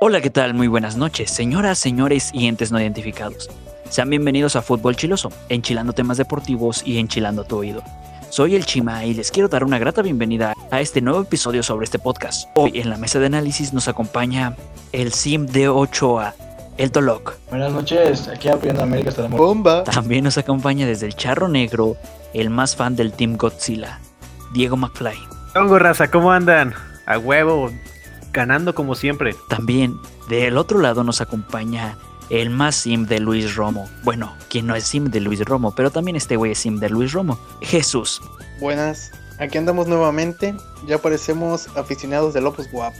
Hola, ¿qué tal? Muy buenas noches, señoras, señores y entes no identificados. Sean bienvenidos a Fútbol Chiloso, enchilando temas deportivos y enchilando tu oído. Soy el Chima y les quiero dar una grata bienvenida a este nuevo episodio sobre este podcast. Hoy en la mesa de análisis nos acompaña el Sim de Ochoa, el Toloc. Buenas noches, aquí apoyando a América hasta la muerte. Bomba. También nos acompaña desde el Charro Negro, el más fan del Team Godzilla, Diego McFly. Hongo, raza, ¿cómo andan? A huevo, ganando como siempre. También del otro lado nos acompaña el más sim de Luis Romo. Bueno, quien no es sim de Luis Romo, pero también este güey es sim de Luis Romo. Jesús. Buenas. Aquí andamos nuevamente. Ya parecemos aficionados de Lopus Guap.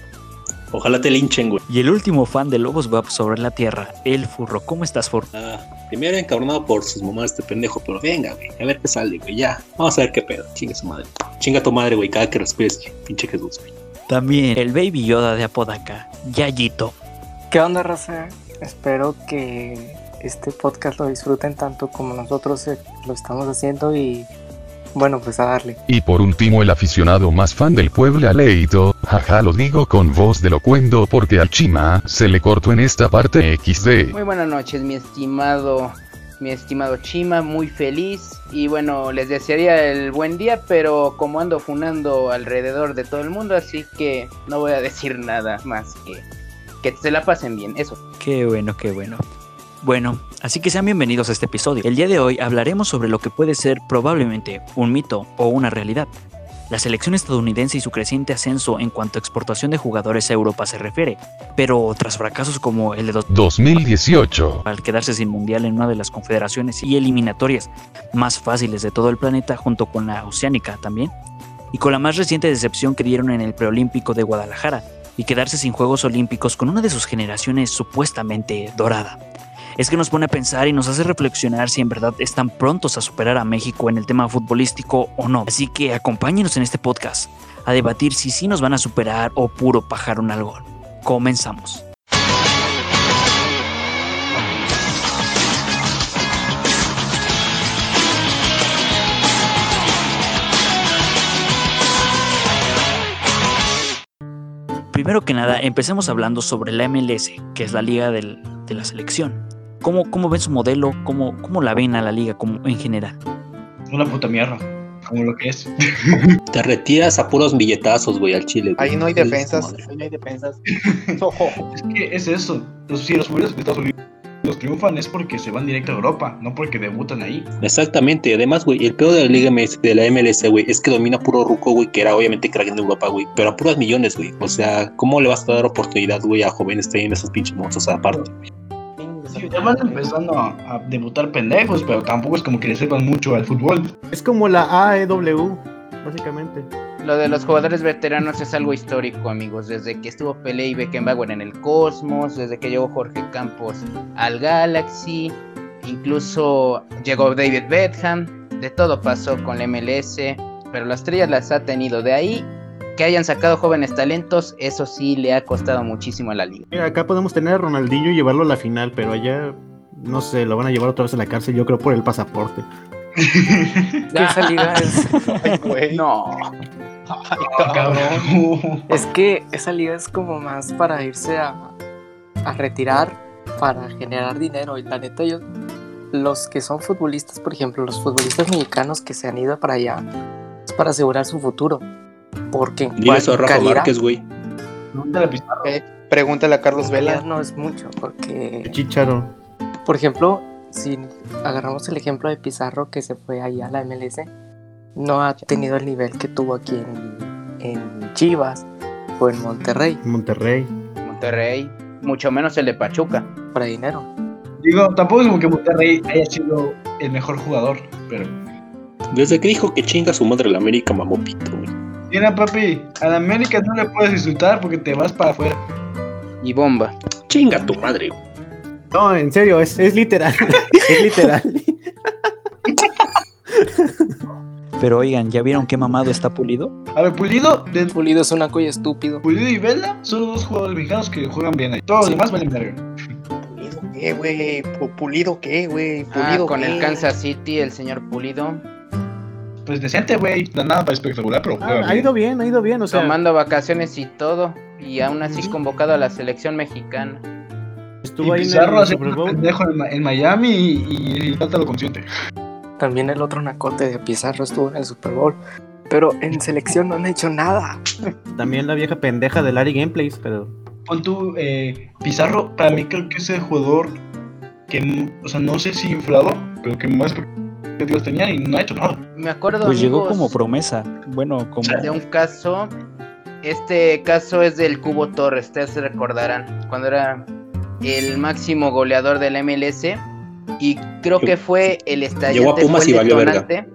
Ojalá te linchen, güey. Y el último fan de Lobos Wap sobre la tierra, el Furro. ¿Cómo estás, Furro? Ah, primero encabronado por sus mamás este pendejo, pero venga, güey, a ver qué sale, güey, ya. Vamos a ver qué pedo. Chinga su madre. Chinga tu madre, güey, cada que respires, pinche Jesús, güey. También el Baby Yoda de Apodaca, Yayito. ¿Qué onda, raza? Espero que este podcast lo disfruten tanto como nosotros eh, lo estamos haciendo y bueno, pues a darle. Y por último el aficionado más fan del Puebla Leito, jaja lo digo con voz de locuendo porque al Chima se le cortó en esta parte XD. Muy buenas noches, mi estimado, mi estimado Chima, muy feliz. Y bueno, les desearía el buen día, pero como ando funando alrededor de todo el mundo, así que no voy a decir nada más que que se la pasen bien, eso. Qué bueno, qué bueno. Bueno, así que sean bienvenidos a este episodio. El día de hoy hablaremos sobre lo que puede ser probablemente un mito o una realidad. La selección estadounidense y su creciente ascenso en cuanto a exportación de jugadores a Europa se refiere, pero tras fracasos como el de dos 2018. al quedarse sin mundial en una de las confederaciones y eliminatorias más fáciles de todo el planeta junto con la oceánica también, y con la más reciente decepción que dieron en el preolímpico de Guadalajara y quedarse sin Juegos Olímpicos con una de sus generaciones supuestamente dorada. Es que nos pone a pensar y nos hace reflexionar si en verdad están prontos a superar a México en el tema futbolístico o no. Así que acompáñenos en este podcast a debatir si sí nos van a superar o puro pájaro algón. Comenzamos. Primero que nada, empecemos hablando sobre la MLS, que es la liga del- de la selección. ¿Cómo, cómo ven su modelo? ¿Cómo, ¿Cómo la ven a la liga como en general? Una puta mierda, como lo que es. Te retiras a puros billetazos, güey, al Chile. güey. Ahí no hay Chinga su defensas. madre. Ahí no hay defensas. Es que es eso. Los, si los jugadores de Estados Unidos triunfan es porque se van directo a Europa, no porque debutan ahí. Exactamente, además, güey, el peor de la Liga MS, de la MLS, güey, es que domina puro ruco, güey, que era obviamente crack en Europa, güey, pero a puros millones, güey. O sea, ¿cómo le vas a dar oportunidad, güey, a jóvenes teniendo esos pinches monstruos aparte? Sí, ya van empezando a, a debutar pendejos, pero tampoco es como que le sepan mucho al fútbol. Es como la E AEW, básicamente. Lo de los jugadores veteranos es algo histórico, amigos. Desde que estuvo Pelé y Beckenbauer en el Cosmos, desde que llegó Jorge Campos al Galaxy, incluso llegó David Bedham. De todo pasó con la MLS, pero las estrellas las ha tenido. De ahí que hayan sacado jóvenes talentos, eso sí le ha costado muchísimo a la liga. Mira, acá podemos tener a Ronaldinho y llevarlo a la final, pero allá, no sé, lo van a llevar otra vez a la cárcel, yo creo, por el pasaporte. Que esa liga es, Ay, güey. No, Ah, cabrón. es que esa liga es como más para irse a, a retirar, para generar dinero. Y la neta, yo, los que son futbolistas, por ejemplo, los futbolistas mexicanos que se han ido para allá, es para asegurar su futuro. Porque en Dile eso a cuanto a Rafa calidad, Márquez, güey. Pregúntale a Pizarro. Pregúntale a Ah, Carlos calidad Vela. no es mucho, porque El Chicharo. Por ejemplo, si agarramos el ejemplo de Pizarro que se fue ahí a la MLS, no ha tenido el nivel que tuvo aquí en, en Chivas o en Monterrey Monterrey. Monterrey, mucho menos el de Pachuca. para dinero. Digo, tampoco es como que Monterrey haya sido el mejor jugador, pero. Desde que dijo que chinga su madre la América, mamopito, güey. Mira, papi, a la América no le puedes insultar porque te vas para afuera. Y bomba. Chinga tu madre, güey. No, en serio, es, es literal. es literal. Pero oigan, ¿ya vieron qué mamado está pulido? A ver, Pulido, de- Pulido es un aco y estúpido. Pulido y Vela son los dos jugadores mexicanos que juegan bien ahí. Todos los demás valen verga. ¿Pulido qué, güey? Pu- ¿Pulido qué, güey? Ah, ¿Pulido con qué? el Kansas City, el señor Pulido. pues decente, güey. No, Nada para espectacular, pero juega Ah, ha bien. ido bien, ha ido bien, o sea, tomando vacaciones y todo, y aún así convocado a la selección mexicana. estuvo y ahí en Pizarro el hace Super un Bowl. pendejo en, Ma- en Miami y, y, y Tata lo consiente. También el otro nacote de Pizarro estuvo en el Super Bowl. Pero en selección no han hecho nada. También la vieja pendeja de Larry Gameplays, pero Pon tú, eh, Pizarro, para mí creo que es el jugador que, m- o sea, no sé si inflado, pero que más expectativas tenía y no ha hecho nada. Me acuerdo Pues llegó como amigos, promesa. Bueno, como. de un caso. Este caso es del Cubo Torres, ustedes se recordarán, cuando era el máximo goleador del MLS. Y creo que fue el estallante. Llegó a Pumas fue el y valió verga. detonante.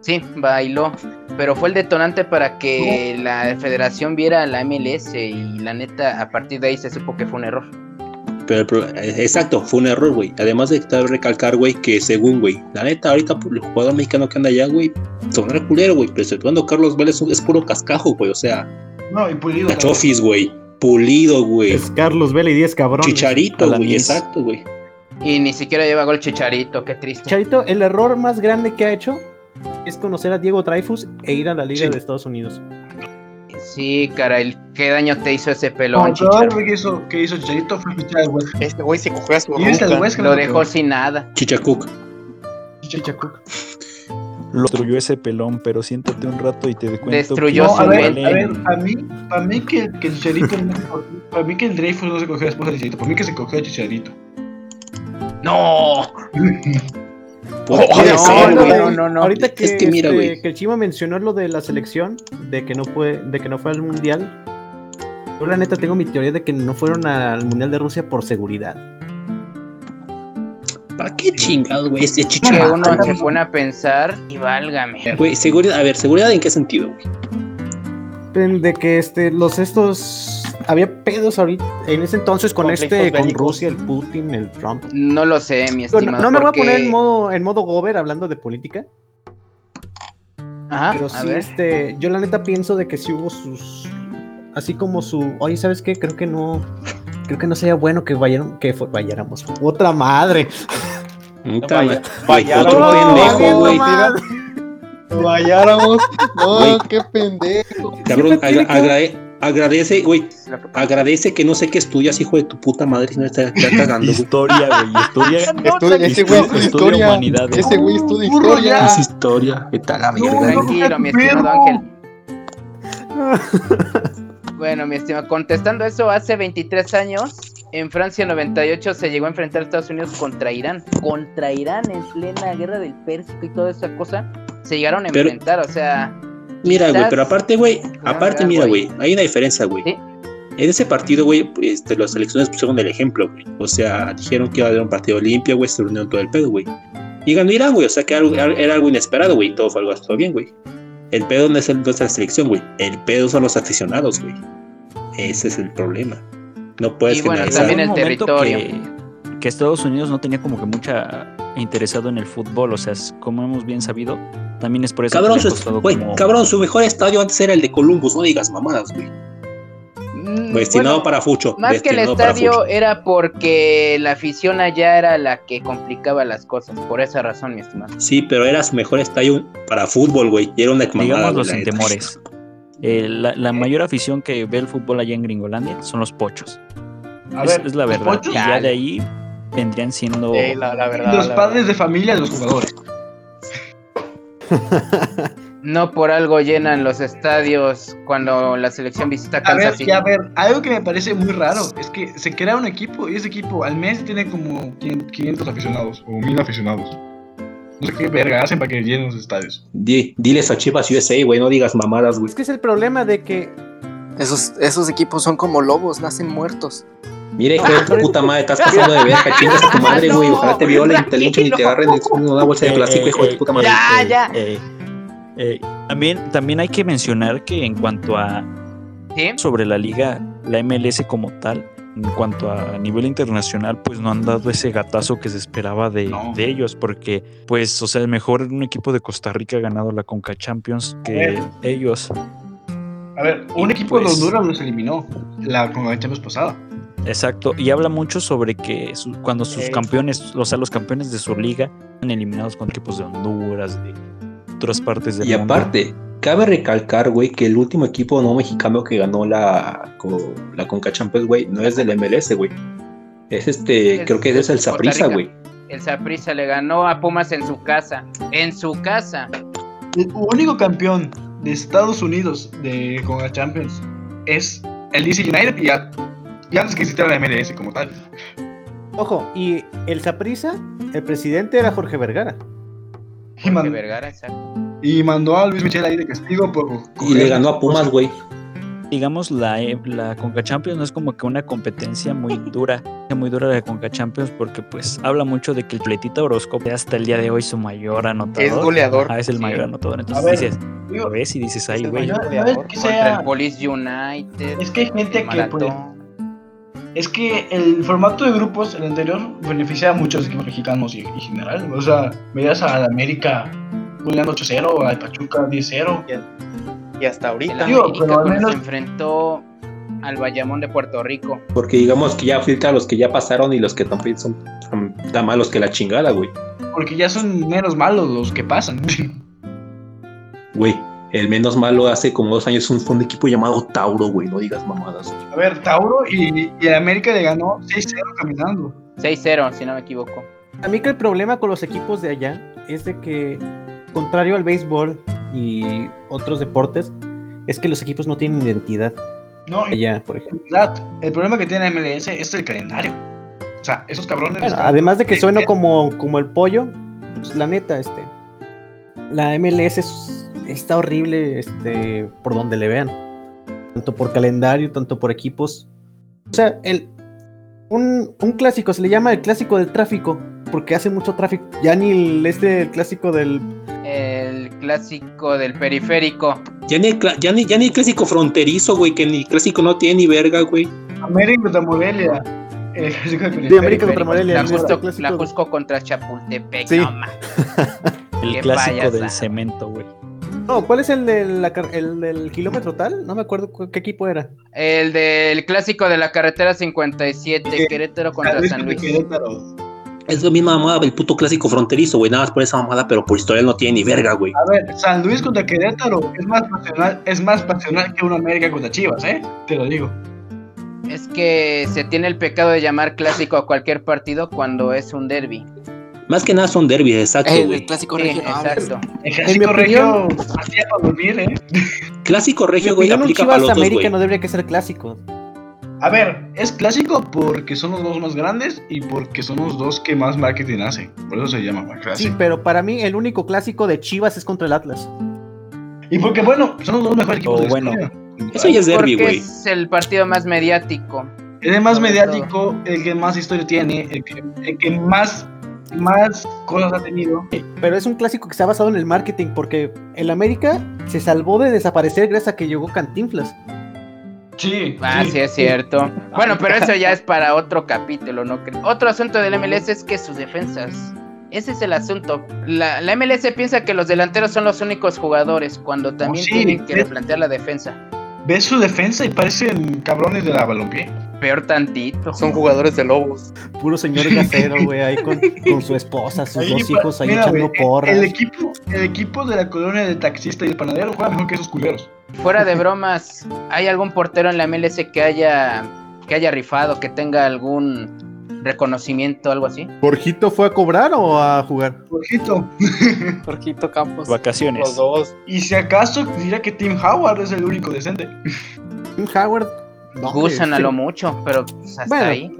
Sí, bailó. Pero fue el detonante para que la federación viera la MLS y la neta, a partir de ahí se supo que fue un error. Pero el pro- eh, exacto, fue un error, güey. Además de estar recalcar, güey, que según, güey, la neta, ahorita pu- el jugador mexicano que anda allá, güey, sonará culero, güey, pero exceptuando Carlos Vélez es puro cascajo, güey. O sea, No, y pulido. cachofis, güey, pulido, güey, es Carlos Vela y 10 cabrón. chicharito, güey, Alanis. exacto, güey. Y ni siquiera lleva gol Chicharito, qué triste. Chicharito, el error más grande que ha hecho es conocer a Diego Dreyfus e ir a la Liga Sí. de Estados Unidos. Sí, caray, qué daño te hizo ese pelón, Lo peor Chicharito. que hizo, que hizo Chicharito fue fichar al Huesca. Este güey se cogió a su Y viste al ruca. Huesca. Lo ¿no? dejó sin nada. Chichacuc. Chichacuc. Lo destruyó ese pelón, pero siéntate un rato y te cuento. Destruyó Yo No, su a ver, mente. a ver, a mí, a mí que, que el Chicharito, no- para mí que el Dreyfus no se cogió a la esposa de Chicharito, para mí que se cogió a Chicharito. ¡No! Oh, Pues, puede no, ser, no, güey. no, no, no. Ahorita que, Es que mira, este, güey. que el Chima mencionó lo de la selección, de que no fue, de que no fue al mundial. Yo la neta tengo mi teoría de que no fueron al mundial de Rusia por seguridad. ¿Para qué chingados, güey? Este Que chichacuc. uno se pone a pensar y válgame. Güey, seguridad, a ver, ¿seguridad en qué sentido, güey? Pen- De que este, los estos había pedos ahorita en ese entonces con Conflictos este, con bélicos. Rusia, el Putin, el Trump. No lo sé, mi No, estimado. no me voy a porque- poner en modo, en modo gober hablando de política, Ajá, pero Ah, a sí, ver. este, yo la neta pienso de que sí hubo sus, así como su, oye, ¿sabes qué? Creo que no, creo que no sería bueno que vayan, que fu- vayáramos. Otra madre. Puta vaya- madre. Güey, vaya- otro no, valió pendejo, güey. Lo vayáramos. Güey. No, qué pendejo. Cabrón, Siempre tiene agra- agra- agradece, güey, Lo que pasa- agradece que no sé qué estudias, hijo de tu puta madre, si no está, está cagando, güey. Historia, güey. Historia. Estudia- ese este güey estudia Estudia historia. humanidades. Ese güey estudia Burro, historia. ya. Es historia, vete a la verga. no, Tranquilo, mi estimado enfermo. Ángel. Bueno, mi estimado, contestando eso, hace 23 años, en Francia 98 se llegó a enfrentar a Estados Unidos contra Irán. Contra Irán en plena guerra del Pérsico y toda esa cosa, se llegaron a Pero- enfrentar, o sea, Mira, güey, Quizás- pero aparte, güey, Ah, aparte, ah, mira, güey. güey, hay una diferencia, güey. Sí. En ese partido, güey, este, las elecciones pusieron el ejemplo, güey. O sea, dijeron que iba a haber un partido limpio, güey, se reunieron todo el pedo, güey. Y ganó Irán, güey, o sea que algo- era algo inesperado, güey, todo fue algo todo bien, güey. El pedo no es, el, no es la selección, güey. El pedo son los aficionados, güey. Ese es el problema. No puedes Y bueno, generalizar. también el Hubo un momento territorio. Que, que Estados Unidos no tenía como que mucha interesado en el fútbol, o sea, es- como hemos bien sabido, también es por eso Cabrón, que le ha su, costado güey, como- cabrón, su mejor estadio antes era el de Columbus, no digas mamadas, güey. mm, Destinado bueno, para Fucho. Más que el destinado para estadio Fucho. era porque la afición allá era la que complicaba las cosas, por esa razón, mi estimado. Sí, pero era su mejor estadio para fútbol, güey. Y era una mamada, digámoslo güey, la sin neta. temores. Eh, la, la mayor afición que ve el fútbol allá en Gringolandia son los pochos. A Es, ver, es la los verdad. pochos- Y ya de ahí vendrían siendo Eh, Sí, la, la verdad. los la padres de familia de los jugadores. No por algo llenan los estadios cuando la selección visita A ver, Kansas y City. a ver, algo que me parece muy raro es que se crea un equipo y ese equipo al mes tiene como 500 aficionados o 1000 aficionados. No sé qué verga hacen para que llenen los estadios. Di- diles a Chivas USA, güey, no digas mamadas, güey. Es que es el problema de que Esos, esos equipos son como lobos, nacen muertos. Mira, hijo de tu puta madre, estás pasando de verga, chingas a tu madre, güey. Ojalá te violen, te linchen y te agarren en una bolsa de plástico, hijo de tu puta madre. ya, ya. eh, eh, también, también hay que mencionar que en cuanto a ¿Sí? sobre la liga, la MLS como tal, en cuanto a nivel internacional, pues no han dado ese gatazo que se esperaba de, No. de ellos, porque, pues, o sea, el mejor un equipo de Costa Rica ha ganado la Conca Champions que Eh. ellos. A ver, un Y equipo pues- de Honduras los eliminó la con la Champions pasada. Exacto, y habla mucho sobre que su- cuando sus Ey. campeones, o sea, los campeones de su liga, han eliminados con equipos de Honduras, de otras partes del Y mundo. aparte, cabe recalcar, güey, que el último equipo no mexicano que ganó la, co- la Conca Champions, güey, no es del MLS, güey. Es este, Es- creo que es el Costa Saprissa, Rica. güey. El Saprissa le ganó a Pumas en su casa. En su casa. El único campeón de Estados Unidos de Conga Champions es el DC United y, ya- y antes que existiera la MLS como tal. Ojo, y el Saprisa, el presidente era Jorge Vergara. Y, Jorge man- Vergara, exacto. y mandó a Luis Michel ahí de castigo por. Y le ganó a Pumas, güey. digamos, la, eh, la Conca Champions no es como que una competencia muy dura, muy dura de Conca Champions, porque pues habla mucho de que el Pletita Orozco es hasta el día de hoy su mayor anotador. Es goleador. Ah, es el sí. mayor anotador. Entonces A ver, dices, digo, lo ves y dices, ay, el güey. mayor. No, no es que Contra el sea. Police United. Es que hay gente el que, pues, Maratón. Es que el formato de grupos, el anterior, beneficia a muchos equipos mexicanos y, y general. O sea, miras a la América goleando 8-0, al Pachuca 10-0. Y hasta El ahorita. Tío, América pues, pero al cuando menos- se enfrentó al Bayamón de Puerto Rico. Porque digamos que ya filtra los que ya pasaron y los que también son tan, tan malos que la chingada, güey. Porque ya son menos malos los que pasan. Güey, el menos malo hace como dos años un, fue un equipo llamado Tauro, güey. No digas mamadas. A ver, Tauro y, y el América le ganó 6-0 caminando. 6-0, si no me equivoco. A mí que el problema con los equipos de allá es de que, contrario al béisbol y otros deportes, es que los equipos no tienen identidad No, y allá, por ejemplo. en verdad, el problema que tiene MLS es el calendario. O sea, esos cabrones. Bueno, además de que sueno como, como el pollo, pues, la neta, este, la MLS es- está horrible este, por donde le vean. Tanto por calendario, tanto por equipos. O sea, el, un, un clásico, se le llama el clásico del tráfico, porque hace mucho tráfico. Ya ni el, este, el clásico del El clásico del periférico. Ya ni, el cla- ya ni, ya ni el clásico fronterizo, güey, que ni el clásico no tiene ni verga, güey. América contra Morelia. El clásico De América contra Morelia. La el Jusco, clásico la de- Jusco contra Chapultepec. Sí. no ma. El Qué clásico payasada. del cemento, güey. No, ¿cuál es el del, la car- el del kilómetro tal? No me acuerdo cu- qué equipo era. El del clásico de la carretera 57, Sí. Querétaro contra San Luis. Querétaro. Es la misma mamada del puto clásico fronterizo, güey. Nada más por esa mamada, pero por historia no tiene ni verga, güey. A ver, San Luis contra Querétaro es más pasional, es más pasional que una América contra Chivas, ¿eh? Te lo digo. Es que se tiene el pecado de llamar clásico a cualquier partido cuando es un derby. Más que nada son derbis, exacto, Eh, güey. el pues, clásico Sí, Ah, regional. exacto. El En mi clásico regio hacía para dormir, ¿eh? Clásico Mi regio, güey, opinión, un aplica para Chivas los dos, América güey. no debería que ser clásico. A ver, es clásico porque son los dos más grandes y porque son los dos que más marketing hacen. Por eso se llama más Sí, clásico. pero para mí el único clásico de Chivas es contra el Atlas. Y porque, bueno, son los dos mejores equipos Oh, de bueno. historia. Eso ya es derby, Porque güey. es el partido más mediático. Es el más Sobre mediático, el que más historia tiene, el que, el que más, más cosas ha tenido. Pero es un clásico que está basado en el marketing porque el América se salvó de desaparecer gracias a que llegó Cantinflas. Sí. Ah, sí, es cierto. Bueno, pero eso ya es para otro capítulo, ¿no creo? Otro asunto del MLS es que sus defensas. Ese es el asunto. La, la MLS piensa que los delanteros son los únicos jugadores cuando también sí, tienen que es- replantear la defensa. Ves su defensa y parecen cabrones de la balompié. Peor tantito. Son jugadores de lobos. Puro señor gasero, güey, ahí con, con su esposa, sus Ahí, pues, dos hijos ahí mira, echando güey, porras. El equipo, el equipo de la colonia de taxista y el panadero juega mejor que esos culeros. Fuera de bromas, ¿hay algún portero en la MLS que haya que haya rifado, que tenga algún reconocimiento, algo así? ¿Borjito fue a cobrar o a jugar? Ojito. Jorgito Campos. Vacaciones. Los dos. Y si acaso diría que Tim Howard es el único decente. Tim Howard. No, hombre, Guzan a sí. lo mucho, pero pues, hasta Bueno, ahí.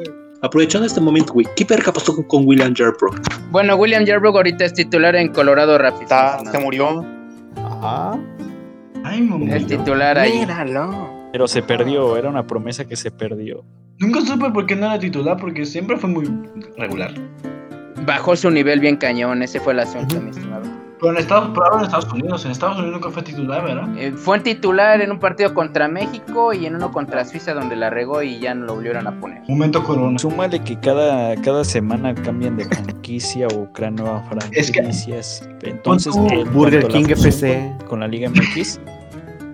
Aprovechando este momento, güey, ¿qué verga pasó con, con William Jerpro? Bueno, William Yerbrough ahorita es titular en Colorado Rapids. Está, se murió. Ah, Ay, mamá. Es titular ahí. Míralo. Pero se perdió, era una promesa que se perdió. Nunca supe por qué no era titular, porque siempre fue muy regular. Bajó su nivel bien cañón, ese fue el asunto, Ujú. mi estimado. Pero en Estados, pero ahora en Estados Unidos, en Estados Unidos nunca fue titular, ¿verdad? Eh, fue en titular en un partido contra México y en uno contra Suiza donde la regó y ya no lo volvieron a poner. Momento corona. Súmale que cada, cada semana cambian de franquicia o crean nuevas Es que- franquicias. Entonces, Pon tú en Burger cuanto a la King fusión FC. Con, con la Liga MX.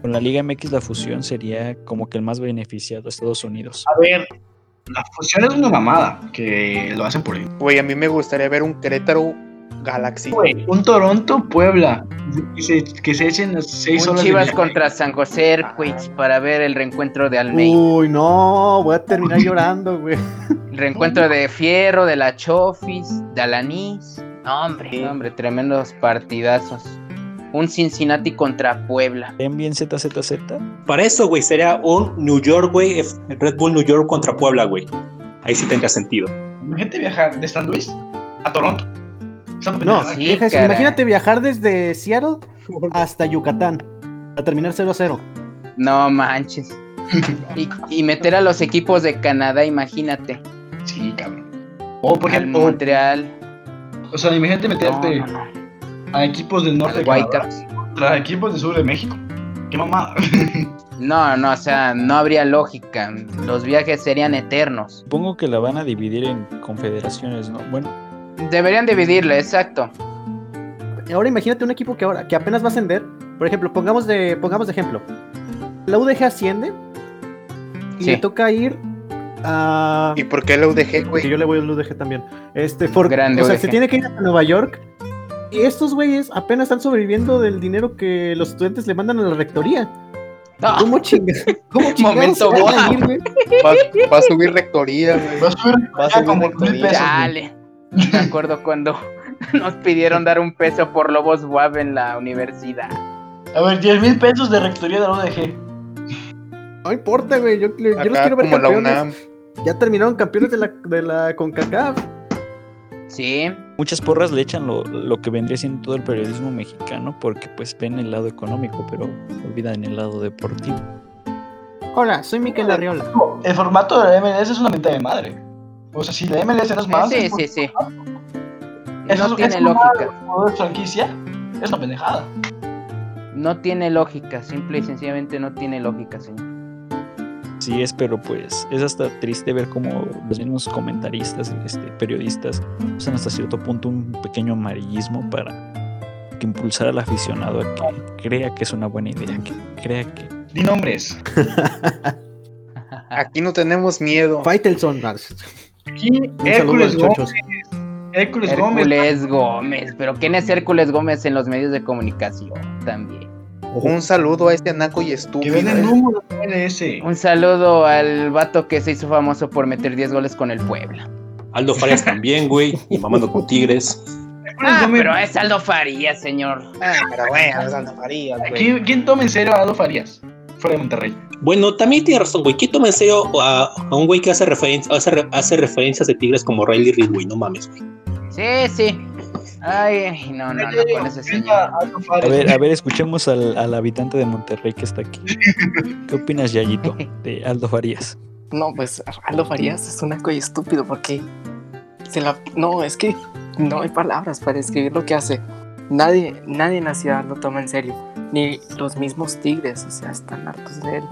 Con la Liga MX la fusión sería como que el más beneficiado Estados Unidos. A ver, la fusión es una mamada, que lo hacen por ahí. Güey, a mí me gustaría ver un Querétaro Galaxy. Güey, un Toronto-Puebla. Que se, que se echen las seis Un horas de Chivas viaje. contra San José Earthquakes para ver el reencuentro de Uh. Almeida. Uy, no, voy a terminar llorando, güey. Reencuentro de Fierro, de la Chofis, de Alanís. No, hombre, no, hombre, tremendos partidazos. Un Cincinnati contra Puebla. ¿Ven bien ZZZ? Para eso, güey, sería un New York, güey, F- Red Bull New York contra Puebla, güey. Ahí sí tendría sentido. Imagínate viajar de San Luis a Toronto. Esa No, pendejada. sí, deja eso, caray. imagínate viajar desde Seattle hasta Yucatán. A terminar 0 a 0. No manches. Y, y meter a los equipos de Canadá, imagínate. Sí, cabrón. O por Al ejemplo, Montreal. o sea, imagínate No, meterte no, no. a equipos del norte Al de Canadá Whitecaps. contra equipos del sur de México. Qué mamada. No, no, o sea, no habría lógica. Los viajes serían eternos. Supongo que la van a dividir en confederaciones, ¿no? Bueno, Deberían dividirla, exacto. Ahora imagínate un equipo que ahora, que apenas va a ascender. Por ejemplo, pongamos de, pongamos de ejemplo. La UDG asciende y Sí. le toca ir a. ¿Y por qué lo dejé, Porque güey? yo le voy al UDG también. Este, porque, Grande o sea, UDG. se tiene que ir a Nueva York. Y estos güeyes apenas están sobreviviendo del dinero que los estudiantes le mandan a la rectoría. No, ¿Cómo chingas? ¿Cómo chingados Momento se van a guau. ir, güey? Va, va a subir rectoría, güey. Va a subir Va a subir como rectoría. mil pesos. Chale. Me acuerdo cuando nos pidieron dar un peso por Lobos Wab en la universidad. A ver, 10 mil pesos de rectoría de la UDG. No importa, güey. Yo, yo los Acá quiero ver como la campeones. UNAM. Ya terminaron campeones de la, de la CONCACAF. Sí, muchas porras le echan lo, lo que vendría siendo todo el periodismo mexicano porque pues ven el lado económico, pero olvidan el lado deportivo. Hola, soy Miquel Arriola. El formato de la MLS es una venta de madre. O sea, si la MLS no es más, sí, es sí, sí. Eso No es- tiene es mamada. lógica. por franquicia, es una pendejada. No tiene lógica. Simple y sencillamente no tiene lógica, señor. Sí es, pero pues es hasta triste ver cómo los mismos comentaristas, este, periodistas, usan hasta cierto punto un pequeño amarillismo para que impulsar al aficionado a que crea que es una buena idea, que crea que... Di nombres. Aquí no tenemos miedo. Faitelson. Aquí, Un saludo a Hércules los Gómez. chochos. Hércules Gómez. Hércules Gómez. Pero ¿quién es Hércules Gómez en los medios de comunicación? También. Un saludo a este anaco y Que estúpido. venden eh. humo de la MLS. Un saludo al vato que se hizo famoso por meter 10 goles con el Puebla. Aldo Farias también, güey, y mamando con Tigres. Hércules Ah, Gómez. pero es Aldo Farías, señor. Ah, pero bueno, Santa María, güey. ¿Quién, quién toma en serio a Aldo Farías? Fuera de Monterrey. Bueno, también tiene razón, güey. ¿Quién toma en serio a, a un güey que hace, referencia, hace, re- hace referencias de Tigres como Riley Reid, güey? No mames, güey. Sí, sí. Ay, ay, no, no, no, con ese señor. Venga, Aldo A Farías. ver, a ver, escuchemos al, al habitante de Monterrey que está aquí. ¿Qué opinas, Yayito, de Aldo Farías? No, pues Aldo Farías es un naco y estúpido porque se la... No, es que no hay palabras para describir lo que hace. Nadie, nadie en la ciudad lo toma en serio. Ni los mismos tigres, o sea, están hartos de él.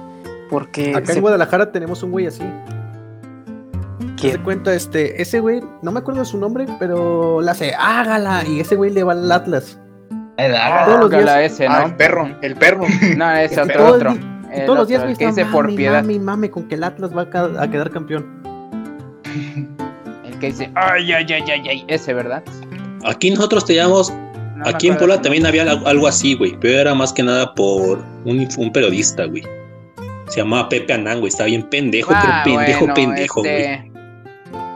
Porque... Acá se- en Guadalajara tenemos un güey así. ¿Quién? Se cuenta, este, ese güey, no me acuerdo de su nombre, pero la hace, hágala. Y ese güey le va al Atlas. Ay, da, Todos los Ojalá días. ese, ¿no? Ah, el perro, el perro. No, es que otro, todo otro. Eh, el El Y todos otro, los días, el güey, que dice está por mame, piedad. mame, mame, con que el Atlas va a, ca- a quedar campeón. El que dice, ay, ay, ay, ay, ay. Ese, ¿verdad? Aquí nosotros teníamos, No me aquí en acuerdo. Puebla también había al- algo así, güey. Pero era más que nada por un, inf- un periodista, güey. Se llamaba Pepe Anán, güey. Estaba bien pendejo, Ah, pero pendejo, bueno, pendejo, güey. este,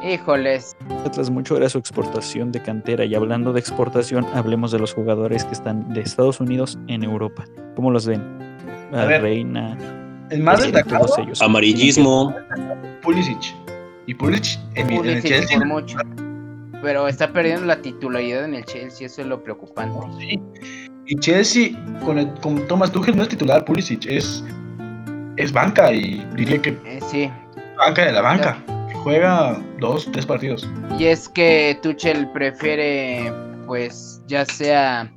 Híjoles. Atlas mucho era su exportación de cantera y hablando de exportación, hablemos de los jugadores que están de Estados Unidos en Europa. ¿Cómo los ven? A ver. Reina, El más Pulisic, destacado, todos ellos. Amarillismo. Pulisic. Y Pulisic en, en el Pulisic Chelsea. por mucho. Pero está perdiendo la titularidad en el Chelsea, eso es lo preocupante. Sí. Y Chelsea, con, el- con Thomas Tuchel, no es titular Pulisic, es, es banca y diría que Eh, sí. banca de la banca. que Juega dos, tres partidos. Y es que Tuchel prefiere, pues, ya sea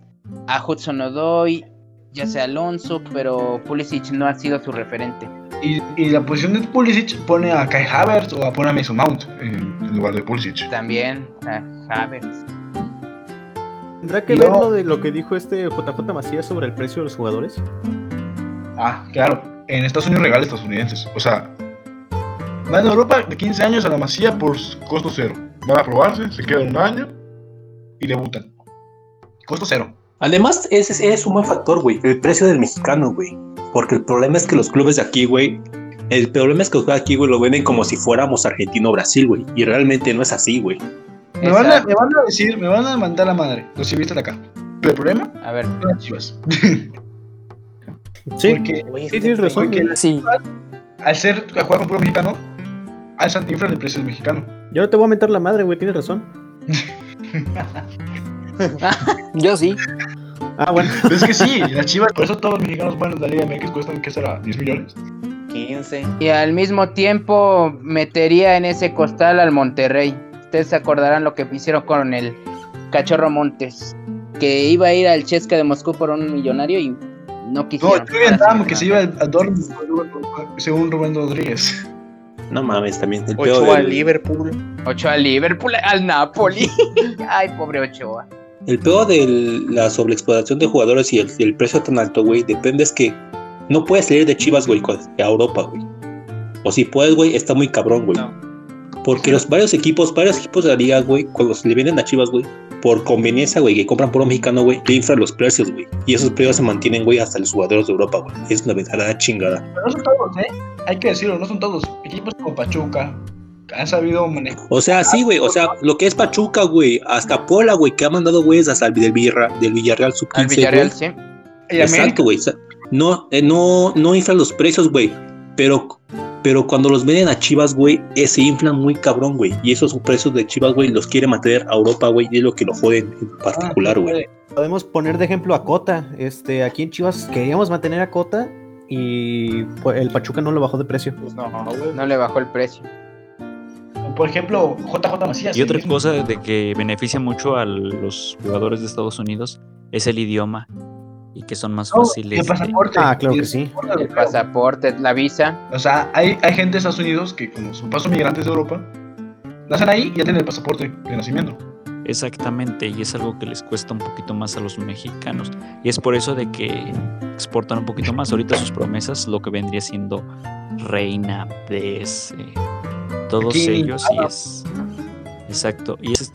a Hudson Odoi, ya sea Alonso, pero Pulisic no ha sido su referente. Y, y la posición de Pulisic pone a Kai Havertz o a pone a Mason Mount en, en lugar de Pulisic. También a Havertz. Tendrá que No. ver lo de lo que dijo este JJ Macías sobre el precio de los jugadores. Ah, claro. En Estados Unidos regala estadounidenses. O sea, va en Europa de 15 años a la masía por costo cero. Van a probarse, se queda un año y debutan. Costo cero. Además, ese es- es un buen factor, güey. El precio del mexicano, güey. Porque el problema es que los clubes de aquí, güey. El problema es que los clubes de aquí, güey, lo venden como si fuéramos Argentino o Brasil, güey. Y realmente no es así, güey. Me van, a, Exacto. me van a decir, me van a mandar la madre, los civilistas de acá. Pero el problema A ver, son las chivas. Sí, Porque sí, tienes razón. porque- Sí, al ser a jugar con puro mexicano, alzan inflan el precio del mexicano. Yo no te voy a mentar la madre, güey, tienes razón. yo sí. Ah, bueno. Pero es que sí, las chivas, por eso todos los mexicanos buenos de la Liga MX cuestan, ¿qué será? 10 millones. 15. Y al mismo tiempo metería en ese costal al Monterrey. Ustedes se acordarán lo que hicieron con el Cachorro Montes, que iba a ir al Chesca de Moscú por un millonario y no No, quisieron. yo bien que se iba a Dortmund, según Rubén Rodríguez. No mames, también. El pedo, 8 al del, Liverpool. Ochoa al Liverpool, al Napoli. Ay, pobre Ochoa. el pedo de la sobreexplotación de jugadores y el, y el precio tan alto, güey, depende es que no puedes salir de Chivas, güey, con- a Europa, güey. O si puedes, güey, está muy cabrón, güey. Porque los varios equipos, varios equipos de la liga, güey, cuando se le vienen a Chivas, güey, por conveniencia, güey, que compran puro mexicano, güey, le inflan los precios, güey. Y esos precios se mantienen, güey, hasta los jugadores de Europa, güey. Es una ventaja chingada. Pero no son todos, ¿eh? Hay que decirlo, no son todos. Equipos como Pachuca han sabido manejar. O sea, sí, güey, o sea, lo que es Pachuca, güey, hasta Puebla, güey, que ha mandado, güey, hasta el del, Villarra- del Villarreal Al sub-15, güey. Villarreal, sí. Y América, Exacto, güey. O sea, No, eh, no, no inflan los precios, güey. Pero, pero cuando los venden a Chivas, güey, eh, se inflan muy cabrón, güey. Y esos precios de Chivas, güey, los quiere mantener a Europa, güey. Y es lo que lo joden en Ah, particular, güey. Podemos poner de ejemplo a Cota. Este, aquí en Chivas queríamos mantener a Cota y pues, el Pachuca no lo bajó de precio. Pues no, No le bajó el precio. por ejemplo, JJ Macías. Y otra sí, cosa de que beneficia mucho a los jugadores de Estados Unidos es el idioma y que son más No, fáciles. el de- pasaporte. Ah, claro Y que el sí. pasaporte El europeo. pasaporte, la visa. O sea, hay, hay gente de Estados Unidos que, como son paso migrantes de Europa, nacen ahí y ya tienen el pasaporte de nacimiento. Exactamente, y es algo que les cuesta un poquito más a los mexicanos. Y es por eso de que exportan un poquito más. Ahorita sus promesas, lo que vendría siendo Reina, PS, todos Aquí, ellos, y es. Exacto, y es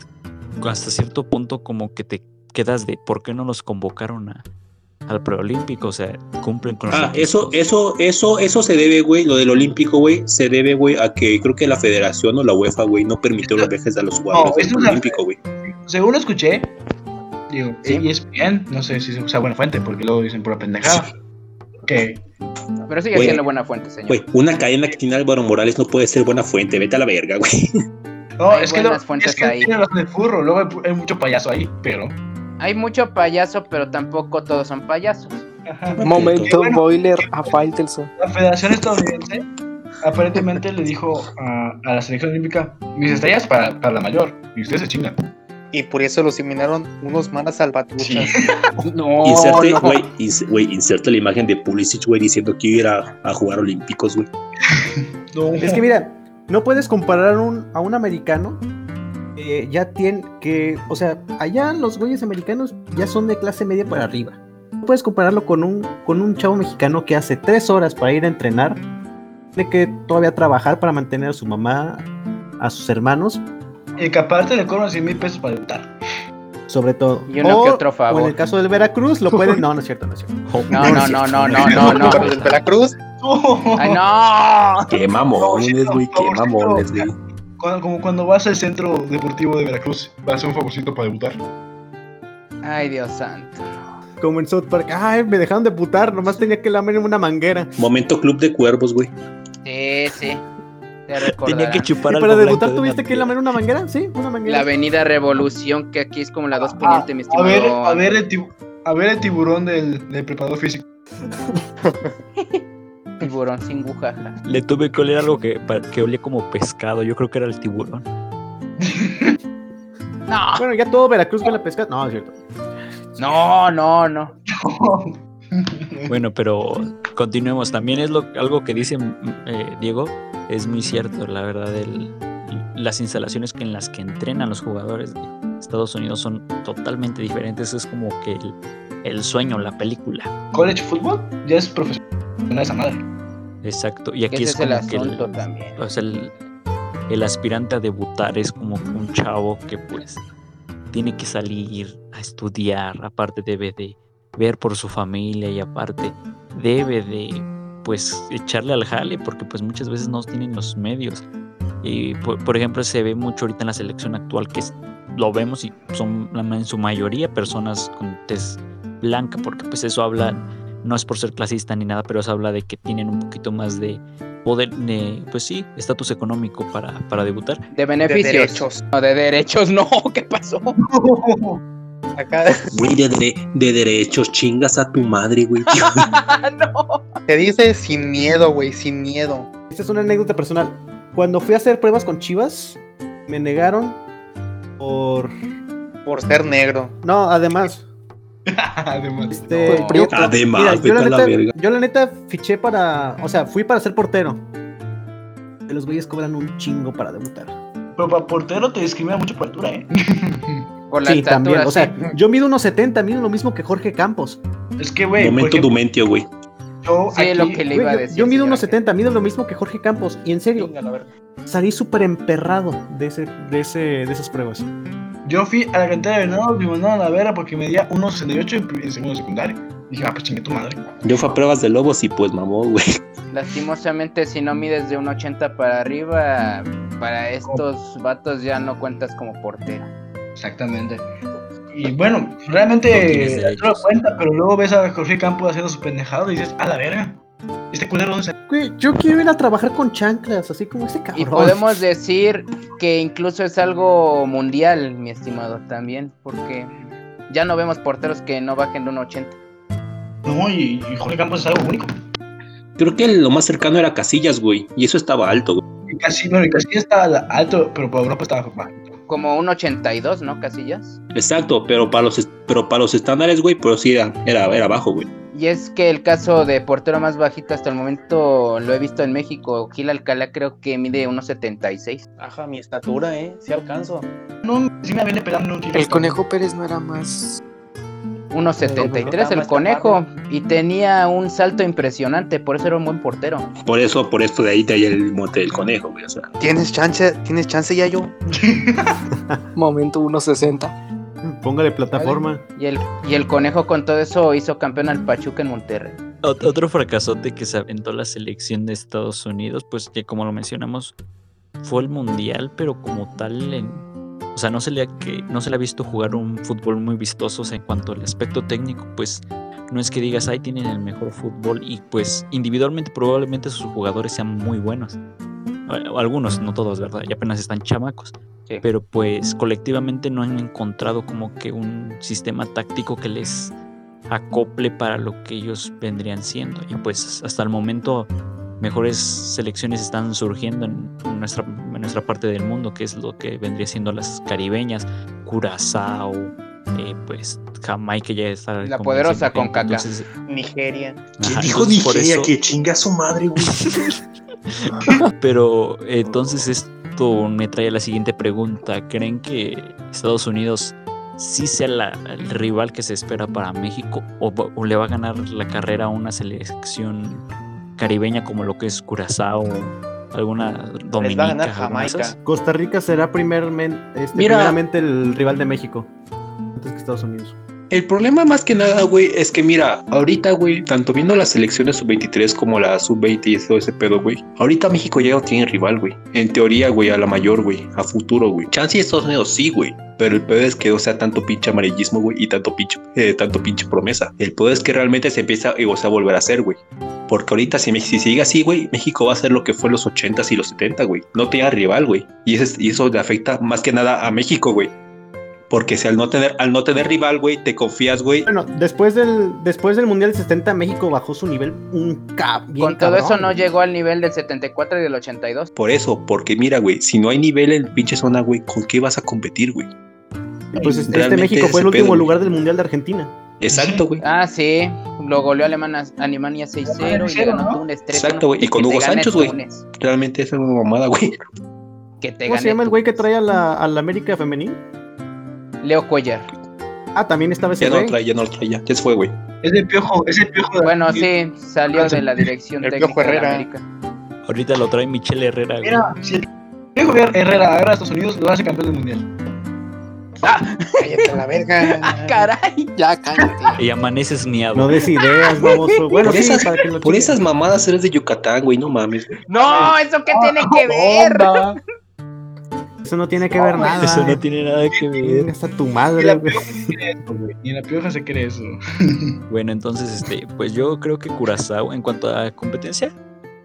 hasta cierto punto como que te quedas de por qué no los convocaron a- al preolímpico, o sea, cumplen con los Ah, eso, requisitos. eso, eso, eso se debe, güey. Lo del Olímpico, güey, se debe, güey, a que creo que la Federación o la UEFA, güey, no permitió los viajes a los jugadores No, del es una- Olímpico, güey. Según lo escuché, digo, Sí. y es bien, no sé si sea buena fuente, porque luego dicen pura pendejada. Que Pero sigue Güey. siendo buena fuente, señor. Güey, una cadena que tiene Álvaro Morales no puede ser buena fuente. Vete a la verga, güey. no, Hay es que, buenas lo, fuentes es que ahí. tiene razón el furro, luego hay, pu- hay mucho payaso ahí, pero. Hay mucho payaso, pero tampoco todos son payasos. Ajá. Momento Bueno. boiler a Faitelson. La Federación Estadounidense aparentemente le dijo a, a la selección olímpica: mis estrellas para, para la mayor, y ustedes se chingan. Y por eso los eliminaron unos malas salvatruchas. No, Inserte, Oh, no. güey, ins- güey, inserta la imagen de Pulisic, güey, diciendo que iba a ir a, a jugar olímpicos, güey. No, Es que mira, no puedes comparar un- a un americano que ya tiene que, o sea, allá los güeyes americanos ya son de clase media para arriba. No puedes compararlo con un, con un chavo mexicano que hace tres horas para ir a entrenar, tiene que todavía trabajar para mantener a su mamá, a sus hermanos, Y que aparte le cobran 100 mil pesos para debutar. sobre todo. Y uno que otro o favor. en el caso del Veracruz, lo pueden. No, no es cierto, no es cierto. No, no, no, no, no, no, no. Para el Veracruz, Ay, no. Qué mamones, güey, qué mamones, güey. Cuando- como cuando vas al centro deportivo de Veracruz, vas a un favorcito para debutar. Ay, Dios santo. Como en South Park, ay, me dejaron de putar, nomás tenía que lamer una manguera. Momento club de cuervos, güey. Sí, sí. Te Tenía recordarán. que chupar ¿Y algo para blanco debutar de tuviste una que manguera. lamer una manguera? Sí, una manguera. La avenida Revolución, que aquí es como la 2 Poniente, mi A estimado. ver, a ver el, tibu- a ver el tiburón del, del preparador físico. Tiburón sin gujaja. Le tuve que oler algo que, pa- que olía como pescado, yo creo que era el tiburón. No, Bueno, ya todo Veracruz con la pesca. No, es cierto. no, no, no. Bueno, pero continuemos. También es lo, algo que dice mm, eh, Diego, es muy cierto, la verdad, el- las instalaciones que en las que entrenan los jugadores de Estados Unidos son totalmente diferentes. Es como que el, el sueño, la película. College football ya es profesional esa madre. Exacto. Y aquí Ese es es el como que el- asunto también. o sea, el, el aspirante a debutar es como un chavo que pues tiene que salir a estudiar, aparte debe de ver por su familia y aparte debe de pues echarle al jale porque pues muchas veces no tienen los medios. Y por, por ejemplo se ve mucho ahorita en la selección actual que es- lo vemos y son la ma- en su mayoría personas con tez blanca porque pues eso habla, no es por ser clasista ni nada, pero eso habla de que tienen un poquito más de poder, de, pues sí, estatus económico para, para debutar. De beneficios. derechos. No, de derechos no. ¿Qué pasó? Acá Güey, de, dere- de derechos, chingas a tu madre, güey. te dice sin miedo, güey, sin miedo. Esta es una anécdota personal. Cuando fui a hacer pruebas con Chivas, me negaron por. Por ser negro. No, además. Además. este, Por prieto. Además, mira, yo, vete la a la neta, verga. yo la neta fiché para. O sea, fui para ser portero. Que Los güeyes cobran un chingo para debutar. Pero para portero te discrimina mucho por altura, ¿eh? Por la Sí, estatura, también. O sí. sea, yo mido unos 70, mido lo mismo que Jorge Campos. Es que, güey. por Momento ejemplo, Dumentio, güey. yo Sí, aquí- lo que le Güey, iba a yo- decir. yo mido señor. unos 70, mido lo mismo que Jorge Campos. Y en serio, salí súper emperrado de, ese, de, ese, de esas pruebas. Yo fui a la cantera de venados y me mandaron a la vera porque medía 1.68 en pri- en segundo de secundaria. Dije, ah, pues chingue tu madre. Yo fui a pruebas de lobos y pues mamó, güey. Lastimosamente, si no mides de un 80 para arriba, para estos vatos ya no cuentas como portero. Exactamente. Y bueno, No tienes realmente no lo derechos. cuenta, pero luego ves a Jorge Campos haciendo su pendejado y dices, a la verga. Este culero dónde se Güey, yo quiero ir a trabajar con chanclas, así como ese cabrón. Y podemos decir que incluso es algo mundial, mi estimado, también, porque ya no vemos porteros que no bajen de un 80. No, y, y Jorge Campos es algo único. Creo que lo más cercano era Casillas, güey. Y eso estaba alto, güey. Y casi, no, y casi está al- alto, pero para Europa estaba bajo. Como un 82, ¿no? Casillas. Exacto, pero para los, est- pero para los estándares, güey, pero sí era, era, era bajo, güey. Y es que el caso de portero más bajito hasta el momento lo he visto en México. Gil Alcalá creo que mide 1.76. Ajá, mi estatura, ¿eh? Sí alcanzo. No, sí me viene pegando un tiro. El conejo Pérez no era más. pues, 1.73 el Más conejo. Y tenía un salto impresionante, por eso era un buen portero. Por eso, por esto de ahí de ahí el monte del conejo, güey. O sea, ¿Tienes chance? ¿Tienes chance ya yo? Momento 1.60. Póngale plataforma. Y el, y el conejo con todo eso hizo campeón al Pachuca en Monterrey. Ot- Otro fracasote que se aventó la selección de Estados Unidos, pues que como lo mencionamos, fue el mundial, pero como tal, en- o sea, no se, le ha que, no se le ha visto jugar un fútbol muy vistoso o sea, en cuanto al aspecto técnico, pues no es que digas, ahí tienen el mejor fútbol y pues individualmente probablemente sus jugadores sean muy buenos. A- Algunos, no todos, ¿verdad? Y apenas están chamacos. Sí. Pero pues colectivamente no han encontrado como que un sistema táctico que les acople para lo que ellos vendrían siendo. Y pues hasta el momento mejores selecciones están surgiendo en en nuestra, en nuestra parte del mundo, que es lo que vendría siendo las caribeñas, Curazao, eh, pues Jamaica ya está... La como poderosa siempre, CONCACAF. entonces- Nigeria. ajá, dijo entonces por Nigeria eso- que chinga a su madre, güey. Pero entonces esto me trae a la siguiente pregunta. ¿Creen que Estados Unidos sí sea la- el rival que se espera para México o, va- o le va a ganar la carrera a una selección caribeña como lo que es Curazao, alguna dominica? Les va a ganar alguna de Jamaica. esas? Costa Rica será primermen- este, Mira. primeramente el rival de México. Antes que Estados Unidos. El problema más que nada, güey, es que mira, ahorita, güey, tanto viendo las selecciones sub-23 como la sub-20 y todo ese pedo, güey. Ahorita México ya no tiene rival, güey. En teoría, güey, a la mayor, güey, a futuro, güey. Chance y Estados Unidos sí, güey. Pero el pedo es que no sea tanto pinche amarillismo, güey, y tanto pinche, eh, tanto pinche promesa. El pedo es que realmente se empieza eh, o sea, a volver a hacer, güey. Porque ahorita si, Mex- si sigue así, güey, México va a ser lo que fue los 80s y los 70, güey. No tiene rival, güey. Y eso, es- y eso le afecta más que nada a México, güey. Porque si al no tener, al no tener rival, güey, te confías, güey, Bueno, después del, después del Mundial del 70, México bajó su nivel un ca- bien con todo cabrón. eso no llegó al nivel del 74 y del 82. Por eso, porque mira, güey, si no hay nivel en pinche zona, güey, ¿con qué vas a competir, güey? Y Pues este, este Realmente México fue el ese pedo, último güey. lugar del Mundial de Argentina. Exacto, güey. Ah, sí, lo goleó Alemania, Alemania 6-0 y le 6-0, ganó ¿no? Túnez 3-1. Exacto, güey, y Que con te Hugo gane Sánchez, güey. Túnez, Realmente esa es una mamada, güey. Que te ¿Cómo se gane llama el güey que Túnez. trae a la, a la América femenil? Leo Cuellar. Ah, también estaba ese Ya no lo güey. trae, ya no lo trae, ya, ya se fue, güey. Es el piojo, es el piojo. de- Bueno, sí, salió de la dirección El técnica Piojo de la Herrera. América. Ahorita lo trae Michelle Herrera. güey. Mira, si el piojo Herrera agarra a Estados Unidos, lo hace campeón del mundial. Cállate a la verga. Caray. Ya, cállate. Y amaneces miado. No des ideas, baboso. Bueno, Por sí, esas- para que lo Por chequen. esas mamadas eres de Yucatán, güey, no mames. güey. No, eso qué tiene que ver. Onda. Eso no tiene que ver nada. eh. Eso no tiene nada que ver. Hasta tu Ni madre, la güey. pioja se cree eso, güey. Ni la pioja se cree eso. Bueno, entonces, este, pues yo creo que Curazao, en cuanto a competencia,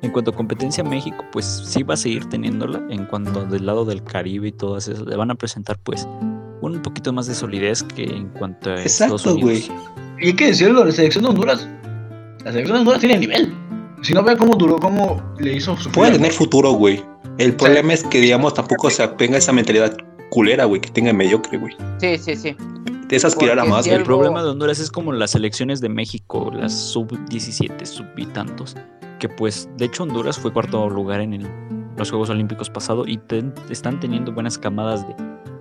en cuanto a competencia México, pues sí va a seguir teniéndola. En cuanto del lado del Caribe y todas esas, le van a presentar, pues, un poquito más de solidez que en cuanto a Estados Exacto, Unidos. Y hay que decirlo, la selección de Honduras. La selección de Honduras tiene nivel. Si no ve cómo duró, cómo le hizo su Puede tener futuro, güey. El problema es que, digamos, tampoco se apenga esa mentalidad culera, güey, que tenga mediocre, güey. Sí, sí, sí. Es aspirar a Porque más, si güey. El problema de Honduras es como las selecciones de México, las sub-17, sub y tantos, que pues de hecho Honduras fue cuarto lugar en el- los Juegos Olímpicos pasado y ten- están teniendo buenas camadas de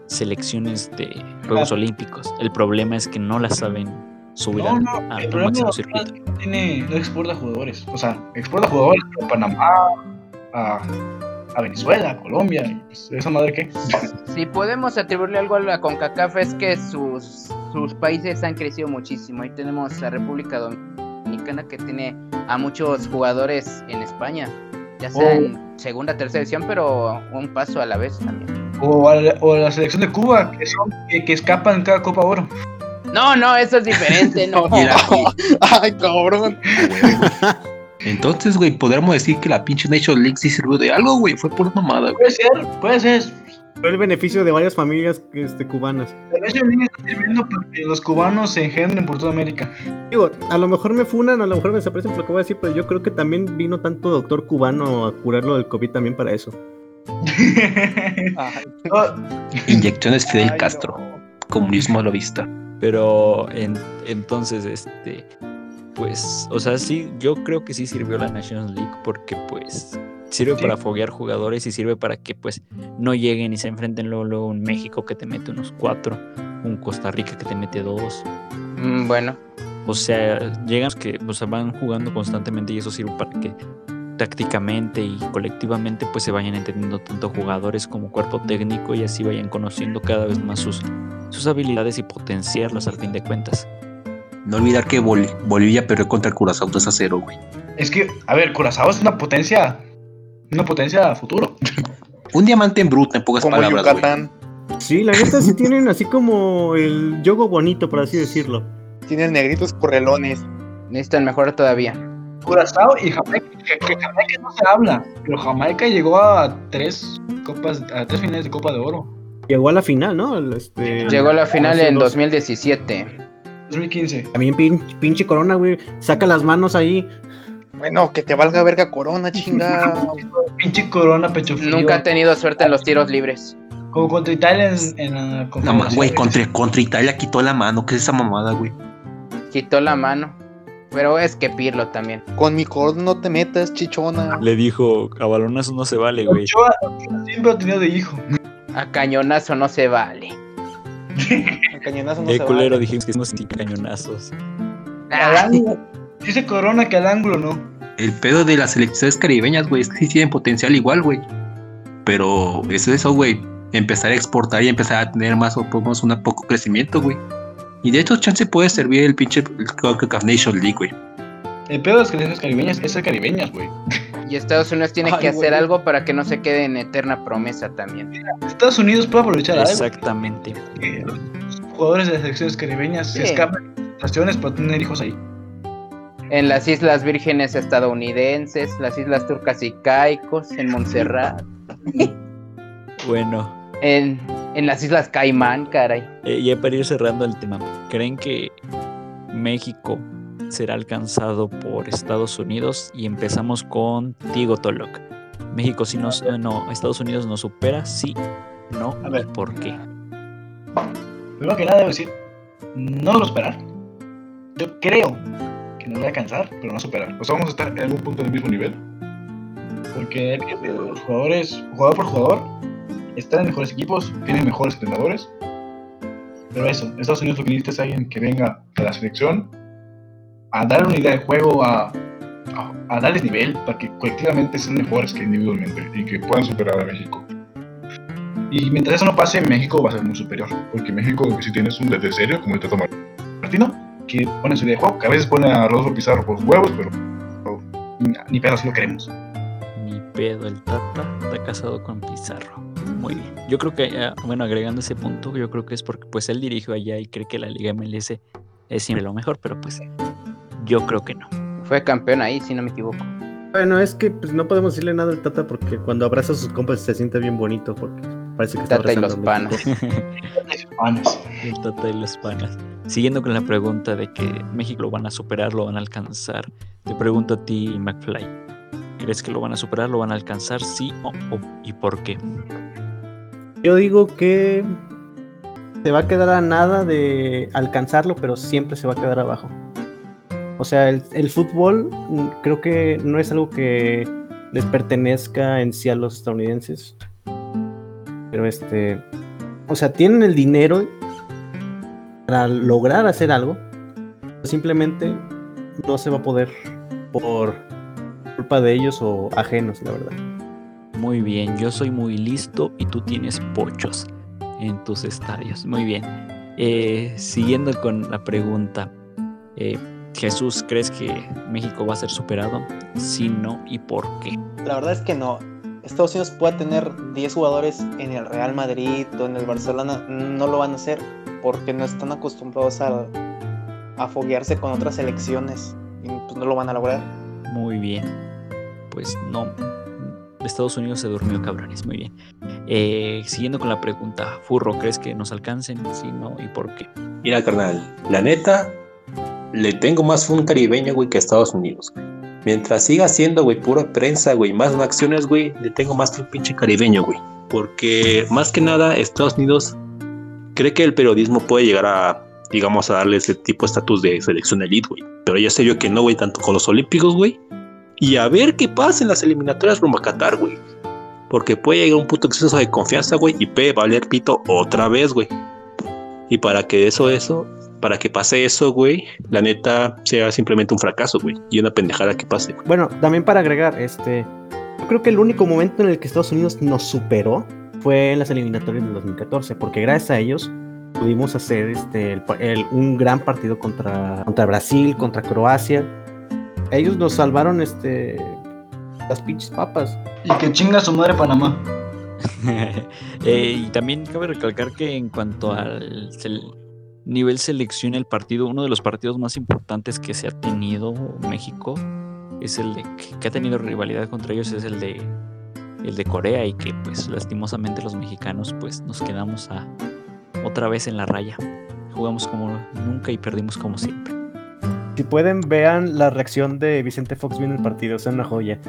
selecciones de Juegos Olímpicos. El problema es que no las saben subir No, al, no, al el problema Ah, máximo de Honduras circuito. no tiene, no exporta jugadores. O sea, exporta jugadores a Panamá, a, a Venezuela, a Colombia. y, pues, ¿Esa madre qué? Si podemos atribuirle algo a la CONCACAF es que sus, sus países han crecido muchísimo. Ahí tenemos la República Dominicana que tiene a muchos jugadores en España, ya sea Oh. en segunda, tercera edición, pero un paso a la vez también. O a, la, o a la selección de Cuba, que, son, que, que escapan cada Copa Oro. No, no, eso es diferente, no. Mira, güey. Ay, cabrón. Entonces, güey, podríamos decir que la pinche Nation League sí sirvió de algo, güey. Fue por mamada, güey. Puede ser, puede ser. Fue el beneficio de varias familias este, cubanas. La National League está sirviendo para que los cubanos se engendren por toda América. Digo, a lo mejor me funan, a lo mejor me desaparecen por lo que voy a decir, pero yo creo que también vino tanto doctor cubano a curarlo del COVID también para eso. Ay, No, Inyecciones Fidel ay, Castro. no. Comunismo a la vista. Pero en- entonces, este, pues, o sea, sí, yo creo que sí sirvió la Nations League porque, pues, sirve Sí. para foguear jugadores y sirve para que, pues, no lleguen y se enfrenten luego, luego un México que te mete unos cuatro, un Costa Rica que te mete dos. Mm, Bueno, O sea, llegas que, o sea, van jugando constantemente y eso sirve para que tácticamente y colectivamente pues se vayan entendiendo tanto jugadores como cuerpo técnico y así vayan conociendo cada vez más sus, sus habilidades y potenciarlas al fin de cuentas. No olvidar que Bol- Bolivia perdió contra el Curazao 3 a 0, güey. es que, a ver, Curazao es una potencia. Una potencia a futuro. Un diamante en bruto, en pocas Como palabras, güey. Yucatán. Sí, la neta sí tienen así como el yogo bonito, por así decirlo. Tiene negritos correlones. necesitan mejorar todavía. Curazao y Jamaica, que, que Jamaica no se habla, pero Jamaica llegó a tres copas, a tres finales de Copa de Oro. Llegó a la final, ¿no? El, Este, Llegó a la final hace en dos- 2017. 2015. También pin- pinche, corona, güey. Saca las manos ahí. Bueno, que te valga verga corona, chinga. Pinche corona, pecho frío. Nunca ha tenido suerte en los tiros libres. Como contra Italia en, en la No Confederaciones. mames, güey, contra, contra Italia quitó la mano. ¿Qué es esa mamada, güey? Quitó la mano. Pero es que Pirlo también. Con mi corona no te metas, chichona. Le dijo, a balonazos no se vale, güey. Ochoa, Ochoa siempre ha tenido de hijo. A cañonazo no se vale. El cañonazo no Eh, se culero, vale. dijimos que hicimos sin cañonazos. Al ángulo. Dice corona que al ángulo no. El pedo de las selecciones caribeñas, güey, es que sí tienen potencial igual, güey. Pero eso es eso, güey. Empezar a exportar y empezar a tener más o menos un poco crecimiento, güey. Y de hecho, chance puede servir el pinche el CONCACAF Nation League, güey. El pedo de las selecciones caribeñas es ser caribeñas, güey. Y Estados Unidos tiene Ay, que hacer güey. algo para que no se quede en eterna promesa también. Estados Unidos puede aprovechar algo. Exactamente. que los jugadores de las selecciones caribeñas se Sí. escapan de las naciones para tener hijos ahí. En las Islas Vírgenes estadounidenses, las Islas Turcas y Caicos, en Montserrat, Bueno, en, en las Islas Caimán, caray. eh, ya para ir cerrando el tema, ¿creen que México será alcanzado por Estados Unidos? Y empezamos contigo, Tolok. México sí nos... eh, No, Estados Unidos nos supera, sí, no, A ¿y ver. por qué? Primero que nada, debo decir, no lo esperar. Yo creo que nos va a alcanzar, pero no superar. O sea, vamos a estar en algún punto del mismo nivel. Porque los jugadores, jugador por jugador, están en mejores equipos, tienen mejores entrenadores. Pero eso, Estados Unidos lo que necesita es alguien que venga de la selección a dar una idea de juego, a, a, a darles nivel para que colectivamente sean mejores que individualmente y que puedan superar a México. Y mientras eso no pase, México va a ser muy superior. Porque México, si tienes un DT serio, como el Tato Mar- Martino, que pone su idea de juego, que a veces pone a Rodolfo Pizarro por los huevos, pero pero ni- ni pedo, así lo queremos. Ni pedo, el Tata está casado con Pizarro. Muy bien. Yo creo que, eh, bueno, agregando ese punto, yo creo que es porque pues él dirigió allá y cree que la Liga MLS es siempre lo mejor, pero pues yo creo que no. Fue campeón ahí, si no me equivoco. Bueno, es que pues, no podemos decirle nada al Tata porque cuando abraza a sus compas se siente bien bonito porque parece que está Tata y los abrazando a México. panas. Panas. El Tata y los panas. Siguiendo con la pregunta de que México lo van a superar, lo van a alcanzar, te pregunto a ti, McFly. ¿Crees que lo van a superar, lo van a alcanzar, sí o, o- y por qué? Yo digo que se va a quedar a nada de alcanzarlo, pero siempre se va a quedar abajo. O sea, el, el fútbol mm, creo que no es algo que les pertenezca en sí a los estadounidenses. Pero este, o sea, tienen el dinero para lograr hacer algo. Simplemente no se va a poder por culpa de ellos o ajenos, la verdad. Muy bien, yo soy muy listo y tú tienes pochos en tus estadios. Muy bien. Eh, siguiendo con la pregunta, eh, Jesús, ¿crees que México va a ser superado? Si no, ¿y por qué? La verdad es que no. Estados Unidos puede tener 10 jugadores en el Real Madrid o en el Barcelona, no lo van a hacer porque no están acostumbrados a, a foguearse con otras selecciones y pues no lo van a lograr. Muy bien. Pues no. Estados Unidos se durmió, cabrones. Muy bien. Eh, siguiendo con la pregunta, Furro, ¿crees que nos alcancen? Si no, ¿y por qué? Mira, carnal, la neta, le tengo más fe a un caribeño, güey, que a Estados Unidos. güey. Mientras siga siendo, güey, pura prensa, güey, más acciones, güey, le tengo más que un pinche caribeño, güey. Porque más que nada, Estados Unidos cree que el periodismo puede llegar a, digamos, a darle ese tipo de estatus de selección elite, güey. Pero ya se vio que no, güey, tanto con los Olímpicos, güey. Y a ver qué pasa en las eliminatorias rumbo a Qatar, güey. Porque puede llegar un puto exceso de confianza, güey, y puede valer pito otra vez, güey. Y para que eso, eso, para que pase eso, güey, la neta sea simplemente un fracaso, güey. Y una pendejada que pase, güey. Bueno, también para agregar, este, yo creo que el único momento en el que Estados Unidos nos superó fue en las eliminatorias del 2014, porque gracias a ellos pudimos hacer este, el pa- el- un gran partido contra, contra Brasil, contra Croacia. Ellos nos salvaron este, las pinches papas. Y que chinga su madre Panamá. Eh, y también cabe recalcar que en cuanto al sel- nivel selección, el partido, uno de los partidos más importantes que se ha tenido México es el de que, que ha tenido rivalidad contra ellos es el de el de Corea y que pues lastimosamente los mexicanos pues nos quedamos a otra vez en la raya. Jugamos como nunca y perdimos como siempre. Si pueden, vean la reacción de Vicente Fox viendo el partido, es una joya.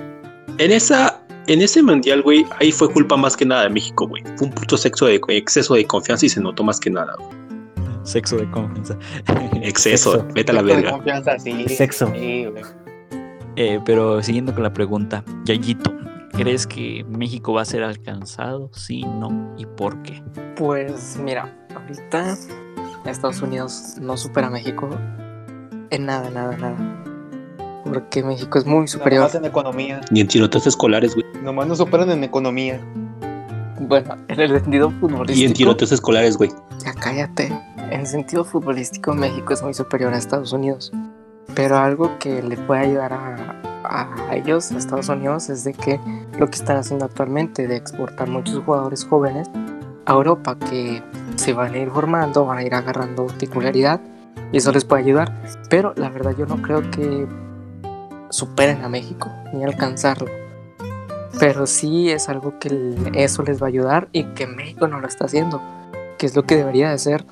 En esa, en ese mundial, güey, ahí fue culpa más que nada de México, güey. Fue un puto sexo de exceso de confianza y se notó más que nada, güey. Sexo de confianza. Exceso, Sexo. vete a la Falta de verga. confianza, sí. Sexo. Sí, güey. Eh, pero siguiendo con la pregunta, Yayito, ¿crees que México va a ser alcanzado? Sí, no, ¿y por qué? Pues mira, ahorita Estados Unidos no supera a México en nada, nada, nada. Porque México es muy superior. Nomás en economía. Ni en tiroteos escolares, güey. Nomás nos superan en economía. Bueno, en el sentido futbolístico. Y en tiroteos escolares, güey. Ya cállate. En el sentido futbolístico, México es muy superior a Estados Unidos. Pero algo que le puede ayudar a, a ellos, a Estados Unidos, es de que lo que están haciendo actualmente, de exportar muchos jugadores jóvenes a Europa, que se van a ir formando, van a ir agarrando titularidad, y eso les puede ayudar. Pero la verdad, yo no creo que superen a México ni alcanzarlo. Pero sí es algo que l- eso les va a ayudar y que México no lo está haciendo que es lo que debería de hacer,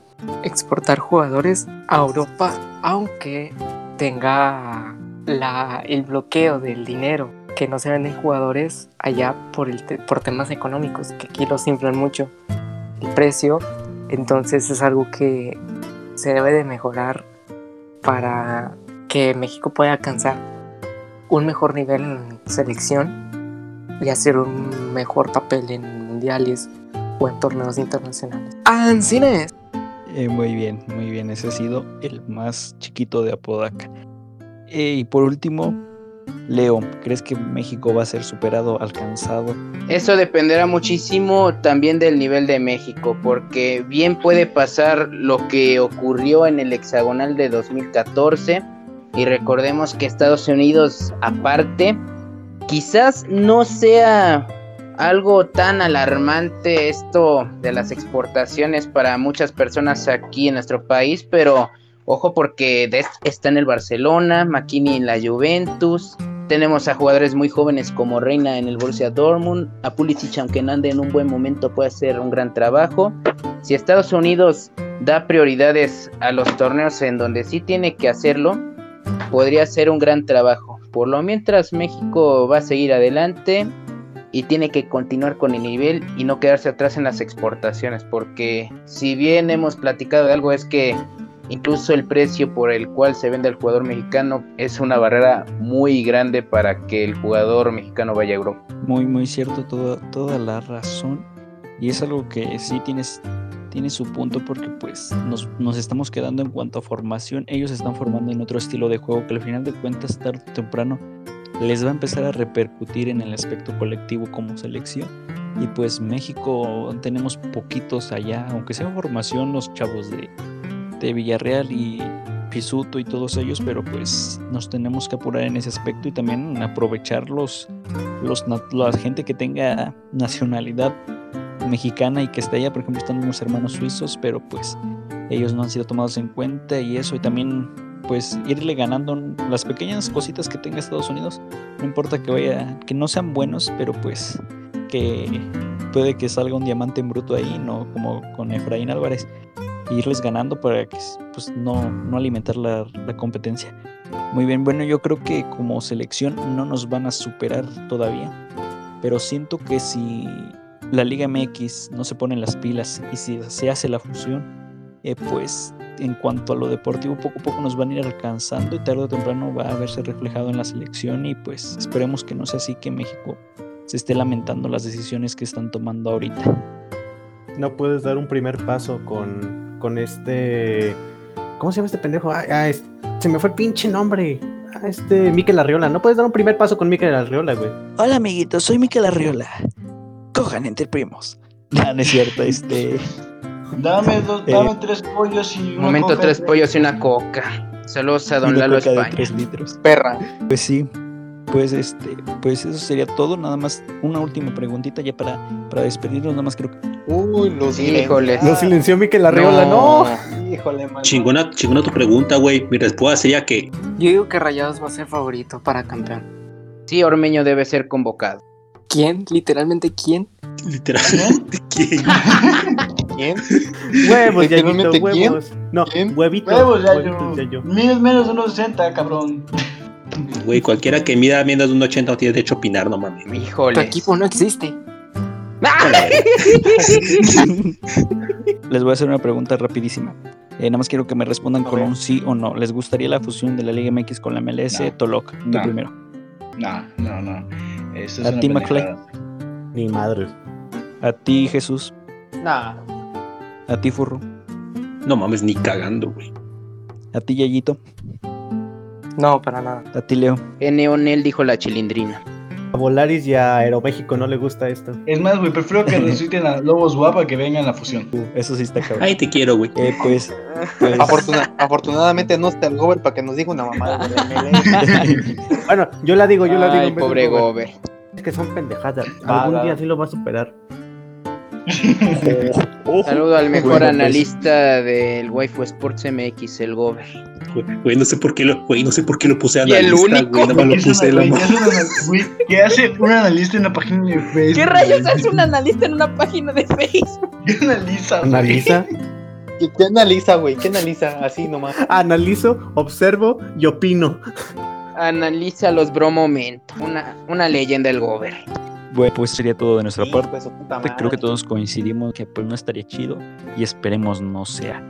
exportar jugadores a Europa, aunque tenga la, el bloqueo del dinero, que no se venden jugadores allá por, el te- por temas económicos, que aquí los inflan mucho el precio, entonces es algo que se debe de mejorar para que México pueda alcanzar un mejor nivel en selección y hacer un mejor papel en mundiales o en torneos internacionales. ¡Ancines! Eh, muy bien, muy bien. Ese ha sido el más chiquito de Apodaca. Eh, y por último, Leo, ¿crees que México va a ser superado, alcanzado? Eso dependerá muchísimo también del nivel de México, porque bien puede pasar lo que ocurrió en el hexagonal de 2014, y recordemos que Estados Unidos aparte, quizás no sea algo tan alarmante esto de las exportaciones para muchas personas aquí en nuestro país, pero ojo porque Dest está en el Barcelona, Makini en la Juventus, tenemos a jugadores muy jóvenes como Reina en el Borussia Dortmund, a Pulisic aunque no ande en un buen momento puede hacer un gran trabajo. Si Estados Unidos da prioridades a los torneos en donde sí tiene que hacerlo, podría ser un gran trabajo. Por lo mientras México va a seguir adelante y tiene que continuar con el nivel y no quedarse atrás en las exportaciones, porque si bien hemos platicado de algo es que incluso el precio por el cual se vende el jugador mexicano es una barrera muy grande para que el jugador mexicano vaya a Europa. Muy, muy cierto, toda, toda la razón. Y es algo que sí tienes, tiene su punto porque pues nos, nos estamos quedando en cuanto a formación. Ellos están formando en otro estilo de juego que al final de cuentas tarde o temprano les va a empezar a repercutir en el aspecto colectivo como selección. Y pues México tenemos poquitos allá, aunque sea en formación los chavos de, de Villarreal y Pisuto y todos ellos, pero pues nos tenemos que apurar en ese aspecto y también aprovechar los, los la gente que tenga nacionalidad mexicana y que esté allá, por ejemplo están unos hermanos suizos, pero pues ellos no han sido tomados en cuenta y eso y también pues irle ganando las pequeñas cositas que tenga Estados Unidos. No importa que vaya, que no sean buenos, pero pues que puede que salga un diamante en bruto ahí, no como con Efraín Álvarez. E irles ganando para que pues no, no alimentar la, la competencia. Muy bien, bueno, yo creo que como selección no nos van a superar todavía. Pero siento que si la Liga MX no se pone las pilas y si se hace la fusión, eh, pues en cuanto a lo deportivo poco a poco nos van a ir alcanzando y tarde o temprano va a verse reflejado en la selección y pues esperemos que no sea así que México se esté lamentando las decisiones que están tomando ahorita. No puedes dar un primer paso con, con este... ¿Cómo se llama este pendejo? Ah, ah, es- se me fue el pinche nombre. Ah, este Mikel Arriola. No puedes dar un primer paso con Mikel Arriola, güey. Hola amiguitos, soy Miquel Arriola. Cojan entre primos. Ah, No, no es cierto, este... Dame, Eh, dos, dame tres pollos y una Momento coca tres de- pollos y una coca. Saludos a Don una Lalo coca de España. tres litros. Perra. Pues sí, pues este, pues eso sería todo. Nada más una última preguntita ya para, para despedirnos. Nada más creo que Uy, lo Sí, híjole. Lo silenció Mikel Arriola, no. Híjole, mano. Chingona, chingona tu pregunta, güey. Mi respuesta sería que Yo digo que Rayados va a ser favorito para campeón. Sí, Ormeño debe ser convocado. ¿Quién? Literalmente, ¿quién? literalmente ¿quién? ¿Quién? Huevos, Yayito, Literalmente, ¿quién? huevos. No, ¿Quién? huevitos. Huevos, ya Pues, huevitos, yo. Yayo. Mides menos de unos 60, cabrón. Güey, cualquiera que mida menos de un 80 no tiene derecho a opinar, no mames. Tu Híjole. equipo no existe. les voy a hacer una pregunta rapidísima. Eh, nada más quiero que me respondan A con ver. un sí o no. ¿Les gustaría la fusión de la Liga MX con la MLS? No. Toloc, tú No. primero. No, no, no. Eso es ¿A una ti, McFly? pendejada. Ni madre. A ti, Jesús. Nah. A ti, Furro. No mames, ni cagando, güey. A ti, Yayito. No, para nada. A ti, Leo. En Neonel dijo la chilindrina. A Volaris y a Aeroméxico no le gusta esto. Es más, güey, prefiero que resuciten a Lobos Guapa que vengan a la fusión. Eso sí está cabrón. Ahí te quiero, güey. Eh, pues, pues- Afortuna- afortunadamente no está el Gober para que nos diga una mamada de MLS. Bueno, yo la digo, yo la digo. Ay, en vez de pobre Gober. Gober. Es que son pendejadas. Va, Algún va. día sí lo va a superar. Saludo al mejor Bueno, pues. analista del Waifu Sports MX, el Gober. Güey, Güey, no sé por qué lo, güey, no sé por qué lo puse a Y la el lista, único. güey. Nada más Güey, lo ¿qué es puse una- el güey, amor. ¿qué es una- güey, ¿Qué hace un analista en la página de Facebook? ¿Qué rayos güey? hace un analista en una página de Facebook? ¿Qué analiza, güey? Analiza. ¿Qué, qué analiza, güey? ¿Qué analiza? Así nomás. Analizo, observo y opino. Analiza los bromomentos. Una, una leyenda del Gober. bueno, pues sería todo de nuestra parte. Hijo de su puta Aparte, creo que madre. todos coincidimos que pues no estaría chido y esperemos no sea.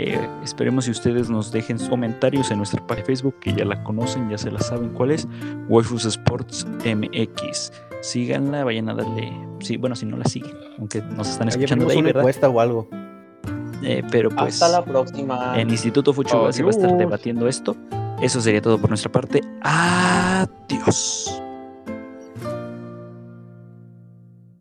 Eh, esperemos si ustedes nos dejen sus comentarios en nuestra página de Facebook, que ya la conocen, ya se la saben cuál es, Waifus Sports MX. Síganla, vayan a darle, sí, bueno, si no la siguen, aunque nos están Ayer escuchando vimos de ahí, una ¿verdad? encuesta o algo. Eh, pero pues Hasta la próxima. en Instituto Fuchuga se va a estar Adiós. debatiendo esto Eso sería todo por nuestra parte. Adiós.